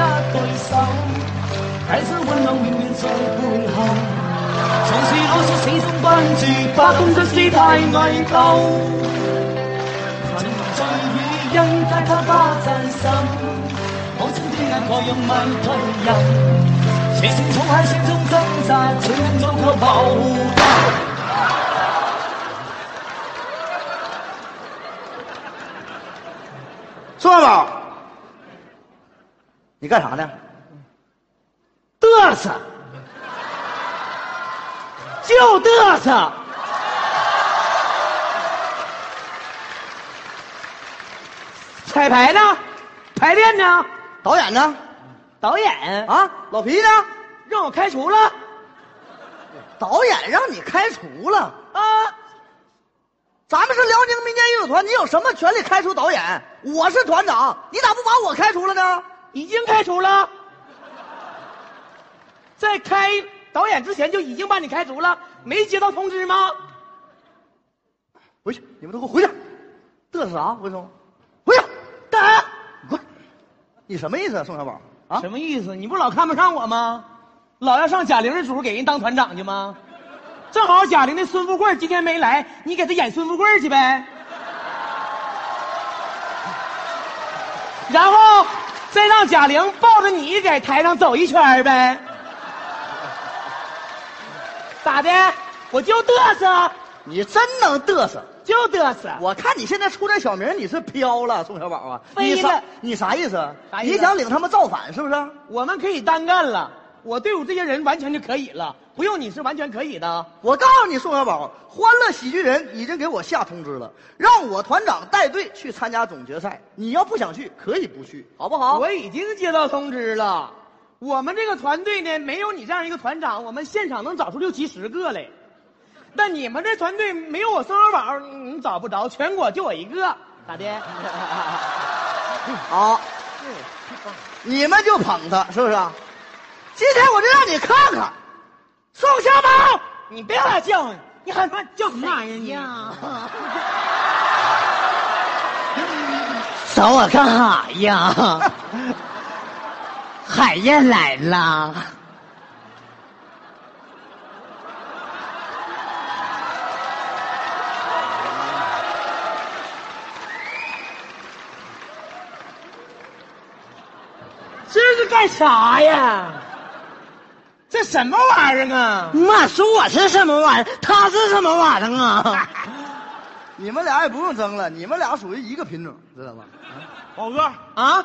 手，提升温暖永远在背后。曾是我是始终關注，把公爵姿態藝鬥。曾醉與因太他花真心，我真的眼我用迷退入，斜線草喺聲中掙扎，全命做卻無鬥。坐宝，你干啥呢？嘚瑟，就嘚 瑟。彩排呢？排练呢？导演呢？导演啊，啊，老皮呢？让我开除了导演让你开除了。啊！咱们是辽宁民间艺术团，你有什么权利开除导演？我是团长，你咋不把我开除了呢？已经开除了，在开导演之前就已经把你开除了，没接到通知吗？回去，你们都给我回去！嘚瑟啥？回去，回去！大爷，你快！你什么意思啊，宋小宝？啊，什么意思？你不老看不上我吗？老要上贾玲的主给人当团长去吗？正好贾玲的孙富贵今天没来，你给他演孙富贵去呗。然后再让贾玲抱着你在台上走一圈儿呗。咋的？我就嘚瑟，你真能嘚瑟！就嘚瑟。我看你现在出这小名，你是飘了，宋小宝啊！飞了你啥？你啥意思？啊啥意思你啊想领他们造反是不是？我们可以单干了，我队伍这些人完全就可以了，不用你是完全可以的。我告诉你，宋小宝，欢乐喜剧人已经给我下通知了，让我团长带队去参加总决赛。你要不想去，可以不去，好不好？我已经接到通知了，我们这个团队呢，没有你这样一个团长，我们现场能找出六七十个来。但你们这团队没有我宋小宝，你你找不着，全国就我一个，咋的？好，哎你们就捧他，是不是啊？今天我就让你看看，宋小宝，你别老叫唤，你喊什么叫什么玩意儿？你 找我干啥 呀？海燕来了，这是干啥呀？这什么玩意儿啊？你妈说我是什么玩意儿？他是什么玩意儿啊？你们俩也不用争了，你们俩属于一个品种，知道吗？宝哥，啊，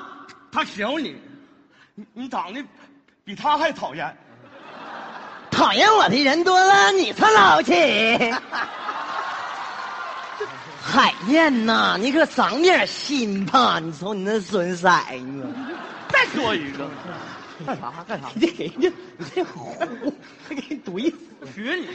他挑你，你你长得比他还讨厌。讨厌我的人多了，你才老 气。海燕呐、你可长点心吧！你瞅你那损色，你说再说一个，干啥干啥？你这给人家，你这虎，还给人怼死。学你，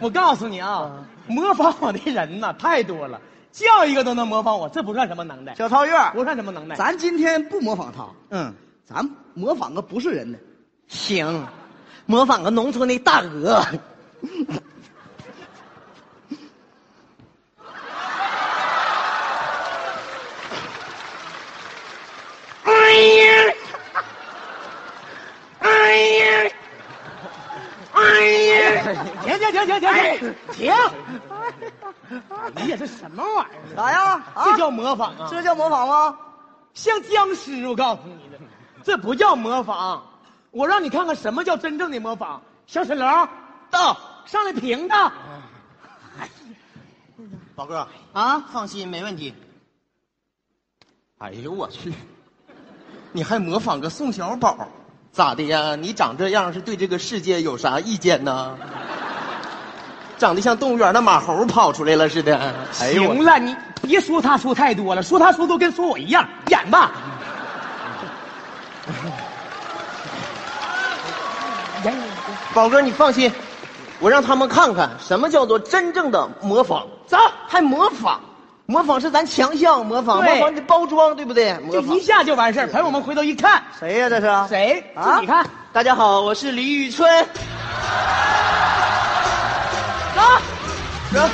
我告诉你啊，模仿我的人呐太多了，叫一个都能模仿我，这不算什么能耐，小超越，不算什么能耐。咱今天不模仿他，嗯，咱模仿个不是人的。行，模仿个农村的大鹅。哎呀，哎呀，哎呀！停停停停哎停停！你也是什么玩意儿？咋样啊？这叫模仿啊！这叫模仿吗？像僵尸，我告诉你的，这不叫模仿。我让你看看什么叫真正的模仿。小沈龙，到上来平他。宝哥，啊，放心，没问题。哎呦我去， 你还模仿个宋小宝，咋的呀？你长这样是对这个世界有啥意见呢？ 长得像动物园那马猴跑出来了似的。哎呦行我，了，你别说他说太多了，说他说都跟说我一样，演吧。宝哥你放心，我让他们看看什么叫做真正的模仿。走，还模仿，模仿是咱强项，模仿对模仿你包装对不对？模就仿一。下就完事儿。陪我们回头一看，谁呀、这是？？谁啊你看，大家好，我是李宇春。走，哎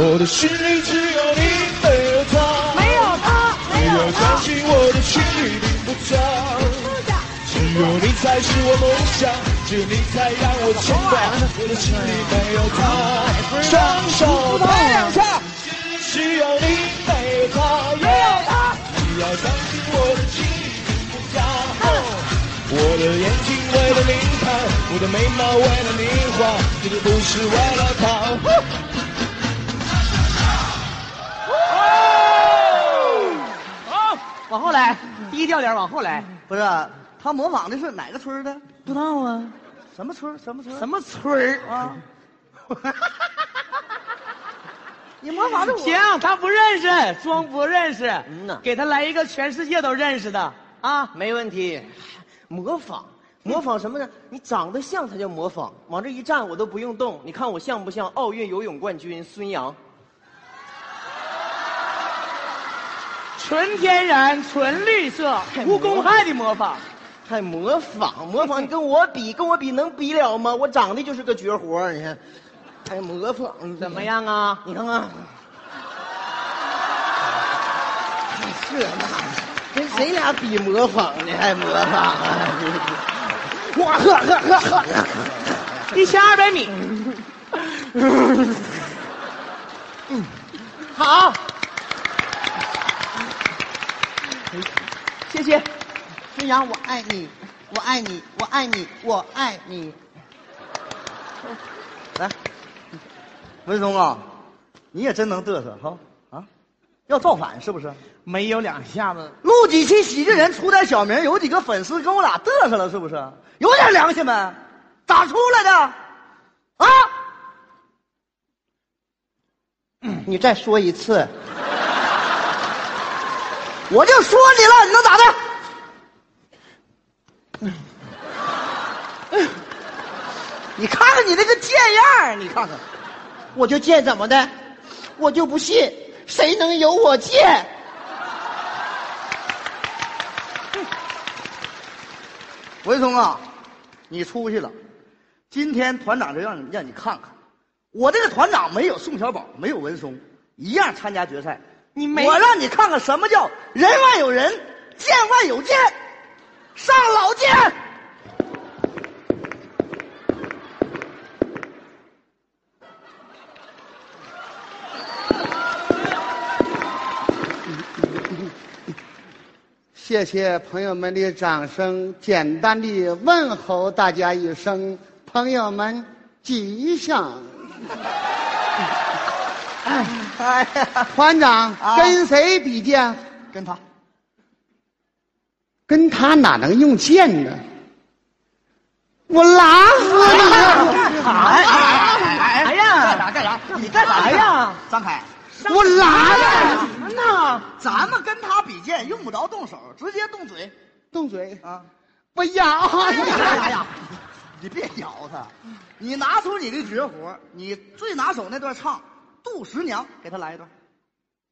我的心里只有你，没有他。没有他，没你要有他，相信我的心里并不差，只有你才是我梦想，只有你才让我牵挂。我的心里没有哎他，双手拍两下。只有你没有他，没有他。你要相信我的心里并不差。啊我的眼睛为了你看，我的眉毛为了你画，绝对不是为了他。好，往后来，低调点，往后来。不是啊，他模仿的是哪个村儿的？不知道啊，什么村儿？什么村儿？什么村儿？ 啊？你模仿的我行，他不认识，装不认识。嗯呐给他来一个全世界都认识的啊！没问题。模仿，模仿什么呢？你长得像才叫模仿。往这一站，我都不用动，你看我像不像奥运游泳冠军孙杨？纯天然、纯绿色、无公害的模仿。还模仿，模仿，你跟我比，跟我比能比了吗？我长得就是个绝活儿你看，还模仿，怎么？样啊？你看看，这那跟谁俩比模仿呢？还模仿啊？ 哇呵呵呵呵一千二百米，好，谢谢。孙杨，我爱你，我爱你，我爱你，我爱你。来，哎文松啊，你也真能嘚瑟哈啊！要造反是不是？没有两下子，录几期喜剧人出点小名，有几个粉丝跟我俩嘚瑟了，是不是？有点良心呗？咋出来的？啊？你再说一次，我就说你了，你能咋的？你看看你那个贱样儿你看看，我就贱怎么的？我就不信谁能有我贱。文松啊，你出息了。今天团长就让你让你看看，我这个团长没有宋小宝，没有文松，一样参加决赛。你没我让你看看什么叫人外有人，见外有见，上老见。谢谢朋友们的掌声，简单的问候大家一声，朋友们吉祥。哎呀，团长、啊跟谁比剑？跟他跟他哪能用剑呢？我拉死你哎哎哎呀！干啥？你干啥呀？哎张凯，我拉呀！什么呢？咱们跟他比剑，用不着动手，直接动嘴动嘴！啊！我咬！哎呀，你别咬他，你拿出你的绝活，你最拿手那段唱《杜十娘》，给他来一段。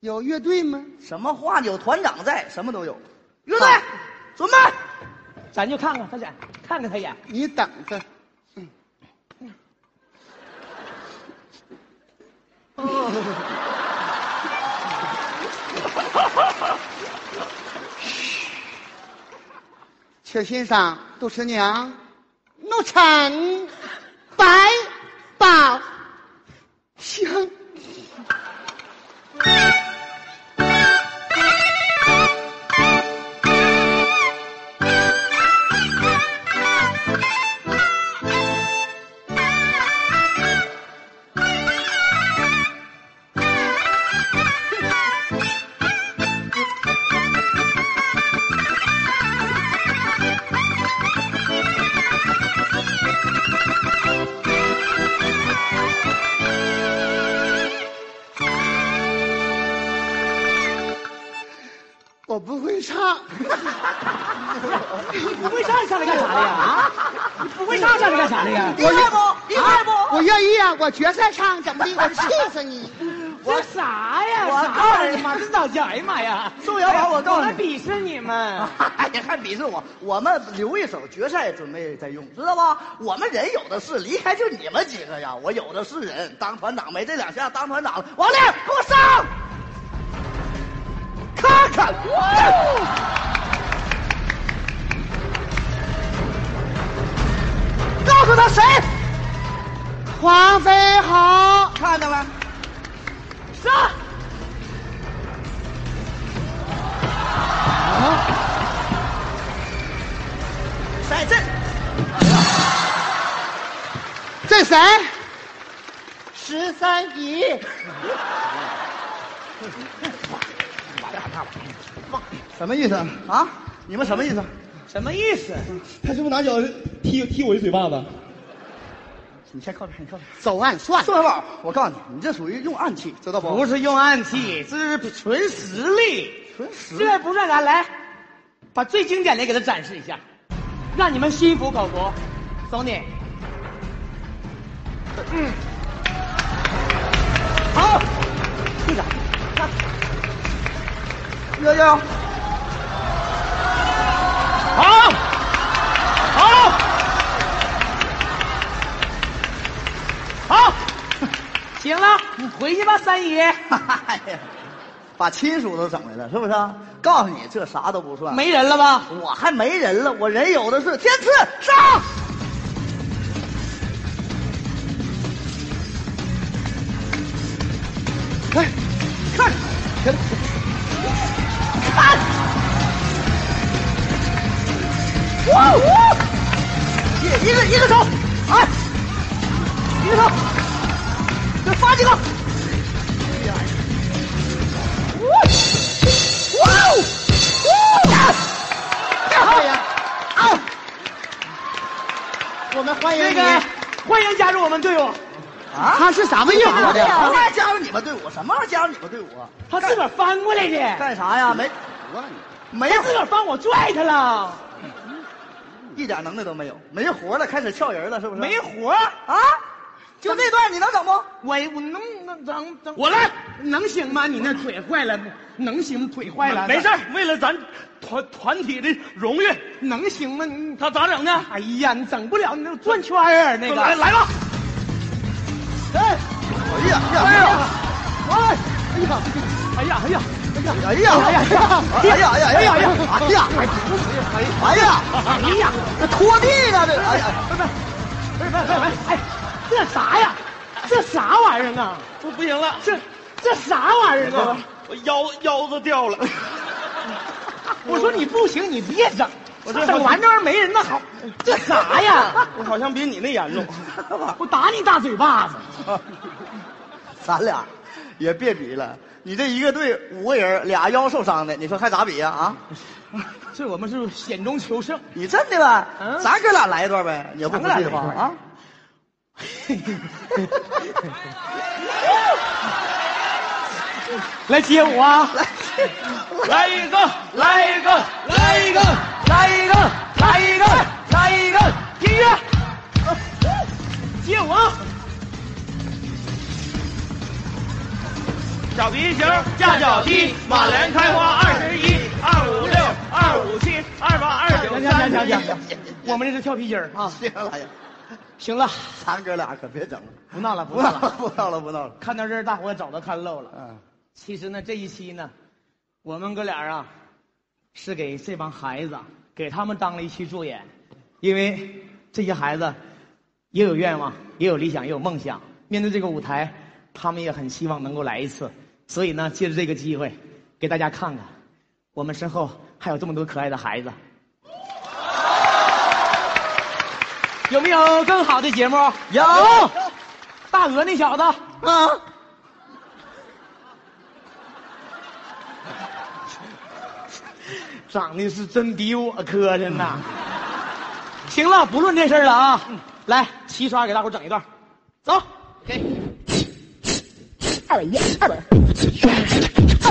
有乐队吗？什么话有团长在，什么都有。乐队好，准备。咱就看看他演，看看他演。你等着。请欣赏杜十娘怒沉百宝箱。我不会唱，你不会上上来干啥的呀？啊？你不会上上来干啥的呀？厉害不？厉害不？啊我愿意啊！我决赛唱怎么的？我气死你！这啥呀？我啥告诉玩意儿你妈，这咋讲？哎呀妈呀！宋小宝哎我告诉你还鄙视你啊们。哎呀，还鄙视我？我们留一手，决赛准备再用，知道吧？我们人有的是，离开就你们几个呀！我有的是人，当团长没这两下，当团长了。王亮，给我上！看看，告诉他谁？黄飞鸿。看到没？上！啊！赛阵。这谁？十三姨。什么意思啊？你们什么意思？什么意思？他是不是拿脚踢踢我一嘴巴子？你先靠边，你靠边。走暗算。宋小宝，我告诉你，你这属于用暗器，知道不？不是用暗器，这是纯实力。纯实这不算啥，来，把最经典的给他展示一下，让你们心服口服。嗯走你，好，队长，看，悠悠，好，好，好，行了，你回去吧，三姨。哎呀，把亲属都整来了，是不是啊？告诉你，这啥都不算。， 没人了吧？我还没人了，我人有的是。天赐上，哎，看，看，哇呜，一一个一个手，哎，一个手，再发几个，哇哇呜，哇，干好呀，啊！我们欢迎那你。个，欢迎加入我们队伍。啊他是什么意思？什么这呀？那加入你们队伍？什么玩意儿加入你们队伍啊？他自个儿翻过来的，干啥呀？没没他自个活，儿翻，我拽他了，一点能耐都没有，没活了，开始撬人了，是不是？没活儿啊！就这段你能整不？我我能能能能我来。能行吗？你那腿坏了，能行吗？腿坏了，没事儿，为了咱团团体的荣誉，能行吗？你他咋整呢？哎呀，你整不了，你那转圈儿啊，那个来来吧，哎，哎呀哎呀！哎呀哎呀，哎呀哎呀哎呀哎呀哎呀哎呀哎呀！哎呀哎呀！这拖地呢这哎呀！不是不是不是，哎，这啥呀？这啥玩意儿啊？不不行了，这这啥玩意儿啊？我腰腰子掉了。 我说你不行，你别整，我这整完这玩意儿没人那好，这啥呀？ 我好像比你那严重。 我打你大嘴巴子！咱俩也别比了，你这一个队五个人，俩腰受伤的，你说还咋比呀？啊？这我们是险中求胜。你真的吧？嗯咱哥俩来一段呗，你要不咱服哥俩气的话来一段啊。来接我啊！来一个，来一个，来一个，来一个，来一个，哎哎来一个。音乐，接我啊！小皮球架脚踢，马莲开花二十一、二五六、二五七、二八、二九、行行三行行十行，我们这是跳皮筋儿啊！ 行了，呀，行了，咱哥俩可别整了，不闹了，啊不不闹闹了，不闹了。了，不闹了。看到这儿，大伙也早都看漏了。嗯，其实呢，这一期呢，我们哥俩啊，是给这帮孩子，给他们当了一期助演，因为这些孩子也有愿望，也有理想，也有梦想。面对这个舞台，他们也很希望能够来一次。所以呢，借着这个机会，给大家看看，我们身后还有这么多可爱的孩子。有没有更好的节目？有，大鹅那小子，啊，长得是真比我磕碜呐。行了，不论这事儿了啊，来齐刷给大伙儿整一段，走。二百一，二百，二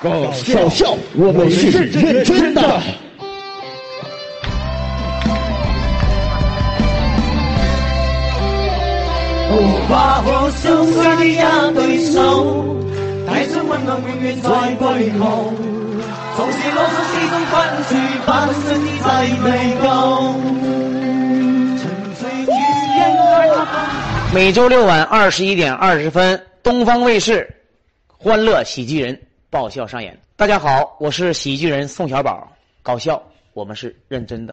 搞笑笑，我们是认真的。化學相識一對手，帶出温暖永遠在背後。總是攞出四種關注，把本身之際未夠。沉睡於一愛每周六晚二十一点二十分，东方卫视《欢乐喜剧人》爆笑上演。大家好，我是喜剧人宋小宝，搞笑，我们是认真的。